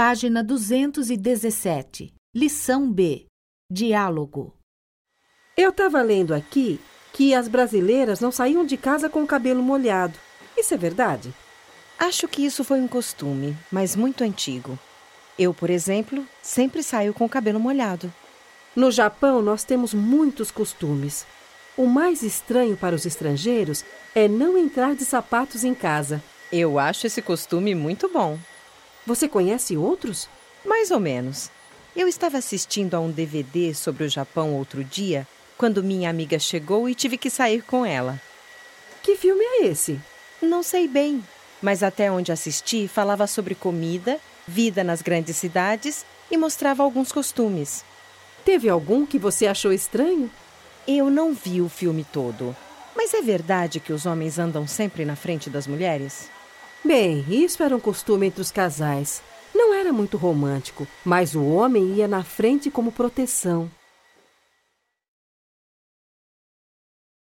Página 217. Lição B. Diálogo. Eu estava lendo aqui que as brasileiras não saíam de casa com o cabelo molhado. Isso é verdade? Acho que isso foi um costume, mas muito antigo. Eu, por exemplo, sempre saio com o cabelo molhado. No Japão, nós temos muitos costumes. O mais estranho para os estrangeiros é não entrar de sapatos em casa. Eu acho esse costume muito bom. Você conhece outros? Mais ou menos. Eu estava assistindo a um DVD sobre o Japão outro dia, quando minha amiga chegou e tive que sair com ela. Que filme é esse? Não sei bem, mas até onde assisti falava sobre comida, vida nas grandes cidades e mostrava alguns costumes. Teve algum que você achou estranho? Eu não vi o filme todo, mas é verdade que os homens andam sempre na frente das mulheres? Bem, isso era um costume entre os casais. Não era muito romântico, mas o homem ia na frente como proteção.